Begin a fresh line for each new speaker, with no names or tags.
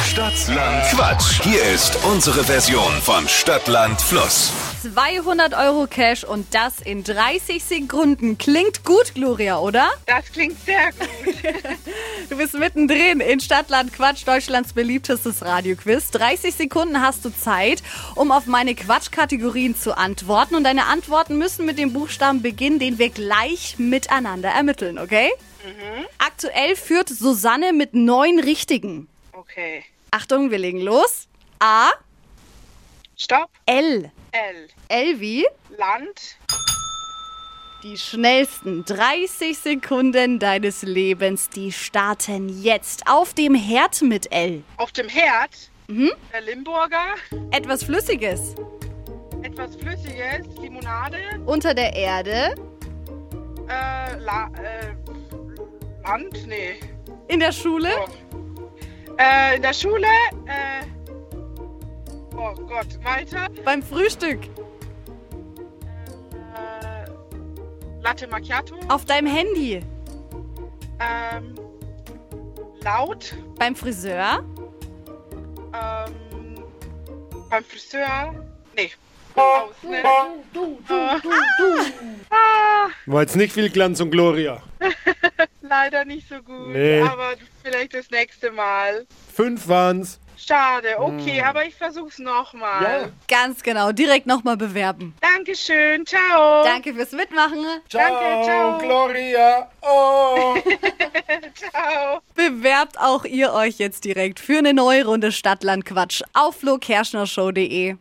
Stadtland Quatsch. Hier ist unsere Version von Stadtland Fluss.
200 Euro Cash und das in 30 Sekunden. Klingt gut, Gloria, oder?
Das klingt sehr gut.
Du bist mittendrin in Stadtland Quatsch, Deutschlands beliebtestes Radioquiz. 30 Sekunden hast du Zeit, um auf meine Quatschkategorien zu antworten. Und deine Antworten müssen mit dem Buchstaben beginnen, den wir gleich miteinander ermitteln, okay? Aktuell führt Susanne mit neun Richtigen.
Okay.
Achtung, wir legen los. A.
Stopp.
L.
L.
L wie?
Land.
Die schnellsten 30 Sekunden deines Lebens, die starten jetzt auf dem Herd mit L.
Auf dem Herd. Der Limburger.
Etwas Flüssiges.
Etwas Flüssiges. Limonade.
Unter der Erde.
Äh, La äh, Land? Nee.
In der Schule.
Oh. Äh, in der Schule. Äh, oh Gott. Weiter.
Beim Frühstück.
Äh, Latte Macchiato.
Auf deinem Handy.
Ähm, laut.
Beim Friseur.
Ähm, beim Friseur. Nee. Aus, ne? Du, Ah,
War jetzt nicht viel Glanz und Gloria.
leider nicht so gut.
Nee.
Aber vielleicht das nächste Mal.
Fünf waren's.
Schade. Okay, aber ich versuch's nochmal.
Ganz genau. Direkt nochmal bewerben.
Dankeschön. Ciao.
Danke fürs Mitmachen.
Danke, ciao.
Gloria. Oh.
Ciao.
Bewerbt auch ihr euch jetzt direkt für eine neue Runde Stadtlandquatsch auf flokerschnershow.de.